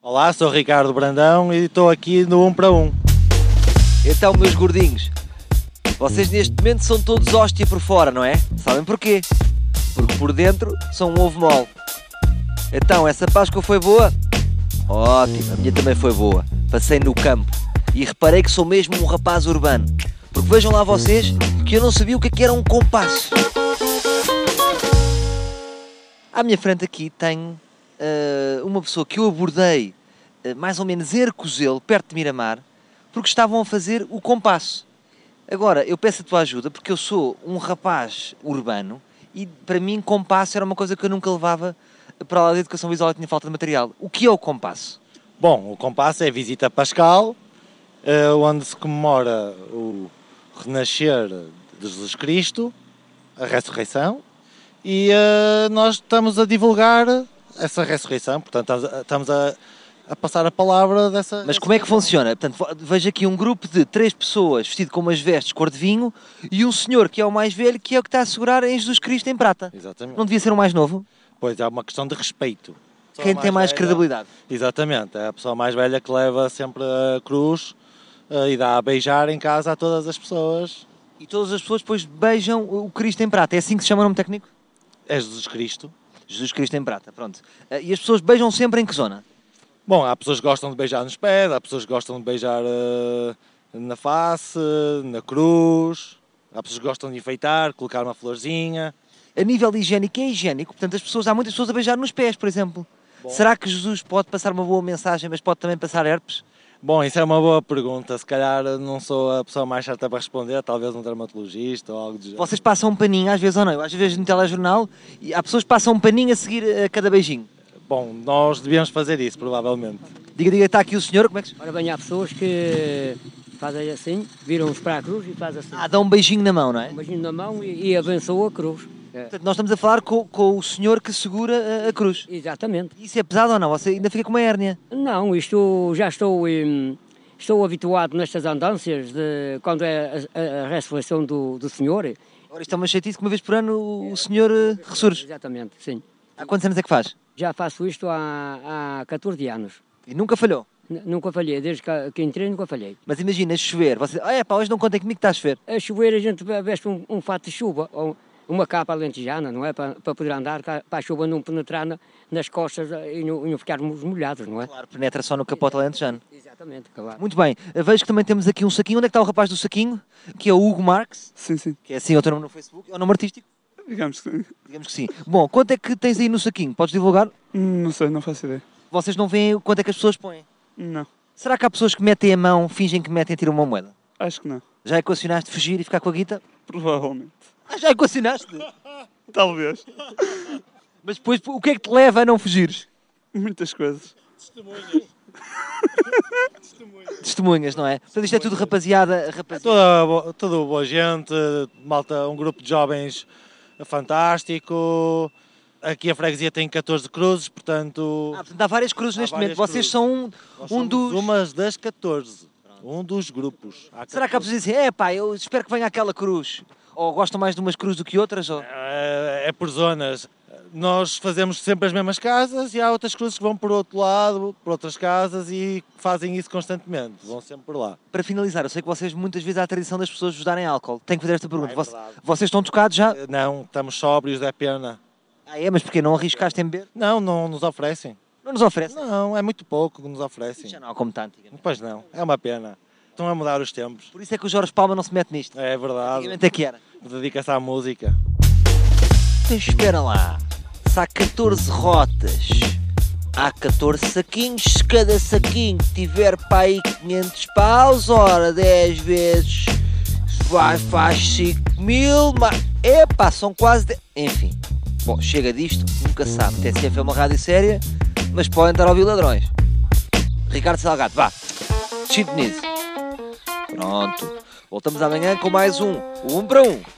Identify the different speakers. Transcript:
Speaker 1: Olá, sou Ricardo Brandão e estou aqui no 1 para 1.
Speaker 2: Então, meus gordinhos, vocês neste momento são todos hóstia por fora, não é? Sabem porquê? Porque por dentro são um ovo mole. Então, essa Páscoa foi boa? Ótimo, a minha também foi boa. Passei no campo e reparei que sou mesmo um rapaz urbano. Porque vejam lá vocês que eu não sabia o que, é que era um compasso. À minha frente aqui tenho ah, uma pessoa que eu abordei ah, mais ou menos em Arcozelo, perto de Miramar, porque estavam a fazer o compasso. Agora, eu peço a tua ajuda porque eu sou um rapaz urbano e para mim compasso era uma coisa que eu nunca levava para lá da educação visual e tinha falta de material. O que é o compasso?
Speaker 1: Bom, o compasso é a visita a Pascal, eh, onde se comemora o renascer de Jesus Cristo, a ressurreição, e eh, nós estamos a divulgar essa ressurreição, portanto, estamos a- estamos a, a passar a palavra dessa.
Speaker 2: Mas como é que funciona? Portanto, vo- vejo aqui um grupo de três pessoas vestido com umas vestes cor de vinho e um senhor que é o mais velho que é o que está a segurar em Jesus Cristo em prata.
Speaker 1: Exatamente.
Speaker 2: Não devia ser o mais novo?
Speaker 1: Pois é, uma questão de respeito. Só
Speaker 2: Quem tem mais
Speaker 1: velha-
Speaker 2: credibilidade?
Speaker 1: Exatamente, é a pessoa mais velha que leva sempre a cruz eh, e dá a beijar em casa a todas as pessoas.
Speaker 2: E todas as pessoas depois beijam o o Cristo em prata. É assim que se chama o nome técnico?
Speaker 1: É Jesus Cristo.
Speaker 2: Jesus Cristo em prata, pronto. Ah, E as pessoas beijam sempre em que zona?
Speaker 1: Bom, há pessoas que gostam de beijar nos pés, há pessoas que gostam de beijar eh, na face, na cruz, há pessoas que gostam de enfeitar, colocar uma florzinha.
Speaker 2: A nível higiênico é higiênico, portanto as pessoas, há muitas pessoas a beijar nos pés, por exemplo. Será que Jesus pode passar uma boa mensagem, mas pode também passar herpes?
Speaker 1: Bom, isso é uma boa pergunta. Se calhar eh, não sou a pessoa mais certa para responder, talvez um dermatologista ou algo do género.
Speaker 2: Vocês passam um paninho às vezes ou não? Eu às vezes no telejornal e há pessoas que passam um paninho a seguir a cada beijinho.
Speaker 1: Bom, nós devíamos fazer isso, provavelmente.
Speaker 2: Diga, diga, está aqui o senhor, como é que se...
Speaker 3: Ora bem, há pessoas que fazem assim, viram-se para a cruz e fazem assim.
Speaker 2: Ah, dá um beijinho na mão, não é?
Speaker 3: Um beijinho na mão e, e abençoa a cruz. É,
Speaker 2: Portanto, nós estamos a falar com, com o senhor que segura eh, a, a cruz.
Speaker 3: Exatamente.
Speaker 2: Isso é pesado ou não? Você ainda fica com uma hérnia.
Speaker 3: Não, isto já estou, hum, estou habituado nestas andanças de quando é a, a- a ressurreição do, do Senhor.
Speaker 2: Ora, isto é uma chatice que uma vez por ano o- o senhor eh, ressurge.
Speaker 3: Exatamente, sim.
Speaker 2: Há quantos anos é que faz?
Speaker 3: Já faço isto há, há 14 anos.
Speaker 2: E nunca falhou.
Speaker 3: N- Nunca falhei, desde que, que entrei nunca falhei.
Speaker 2: Mas imagina, chover. Você, ah, é pá, hoje não contem comigo que está a chover.
Speaker 3: A chover a gente veste um, um fato de chuva ou uma capa lentejana, não é? Para, para poder andar, ca- para a chuva não penetrar na- nas costas eh, e não, e não ficarmos molhados, não é?
Speaker 2: Claro, penetra só no capote alentejano.
Speaker 3: Exatamente, claro.
Speaker 2: Muito bem, eh, vejo que também temos aqui um saquinho. Onde é que está o rapaz do saquinho? Que é o Hugo Marques,
Speaker 4: Sim, sim.
Speaker 2: que é assim outro nome no Facebook. É o nome artístico?
Speaker 4: Digamos que.
Speaker 2: Digamos que sim. Bom, quanto é que tens aí no saquinho? Podes divulgar?
Speaker 4: Não sei, não faço ideia.
Speaker 2: Vocês não veem quanto é que as pessoas põem.
Speaker 4: Não.
Speaker 2: Será que há pessoas que metem a mão, fingem que metem e tiram uma moeda?
Speaker 4: Acho que não.
Speaker 2: Já equacionaste fugir e ficar com a guita?
Speaker 4: Provavelmente.
Speaker 2: Ah, já equacionaste?
Speaker 4: Talvez.
Speaker 2: Mas depois, o que é que te leva a não fugires?
Speaker 4: Muitas coisas.
Speaker 2: Testemunhas, não é? Portanto, isto é tudo
Speaker 1: Então,
Speaker 2: rapaziada, rapaziada.
Speaker 1: Toda, bo- tudo boa gente, malta, um grupo de jovens fantástico. Aqui a freguesia tem 14 cruzes, portanto.
Speaker 2: Ah, portanto, há várias cruzes
Speaker 1: Há
Speaker 2: neste
Speaker 1: várias
Speaker 2: momento.
Speaker 1: cruzes.
Speaker 2: Vocês são um,
Speaker 1: nós
Speaker 2: um
Speaker 1: somos
Speaker 2: dos.
Speaker 1: Umas das 14. Um dos grupos. Há
Speaker 2: Será que há
Speaker 1: 14.
Speaker 2: pessoas que dizem, é pá, eu espero que venha aquela cruz? Ou gostam mais de umas cruzes do que outras? Ou...
Speaker 1: Eh, É por zonas. Nós fazemos sempre as mesmas casas e há outras cruzes que vão por outro lado, por outras casas e fazem isso constantemente. Vão sempre por lá.
Speaker 2: Para finalizar, eu sei que vocês muitas vezes há a tradição das pessoas vos darem álcool. Tenho que fazer esta pergunta.
Speaker 1: é
Speaker 2: Voc-
Speaker 1: verdade.
Speaker 2: Vocês estão tocados já?
Speaker 1: Eh, Não, estamos sóbrios, é pena.
Speaker 2: Ah, é, mas porquê? Não arriscaste em beber?
Speaker 1: Não, não nos oferecem.
Speaker 2: Não nos oferecem?
Speaker 1: Não, é muito pouco que nos oferecem.
Speaker 2: Já não há como está antigamente.
Speaker 1: Pois não, é uma pena. Estão a mudar os tempos.
Speaker 2: Por isso é que o Jorge Palma não se mete nisto.
Speaker 1: É verdade.
Speaker 2: Antigamente é que era.
Speaker 1: Dedica-se à música.
Speaker 2: Então, espera lá. Se há 14 rotas, há 14 saquinhos. Se cada saquinho tiver para aí 500 paus, ora 10 vezes vai, faz 5 mil. Mas, epá, são quase. de- Enfim, bom, chega disto, nunca se sabe. TSF é uma rádio séria, mas podem estar a ouvir ladrões. Ricardo Salgado, vá, sinto nisso. Pronto, voltamos amanhã com mais um, o 1 para 1.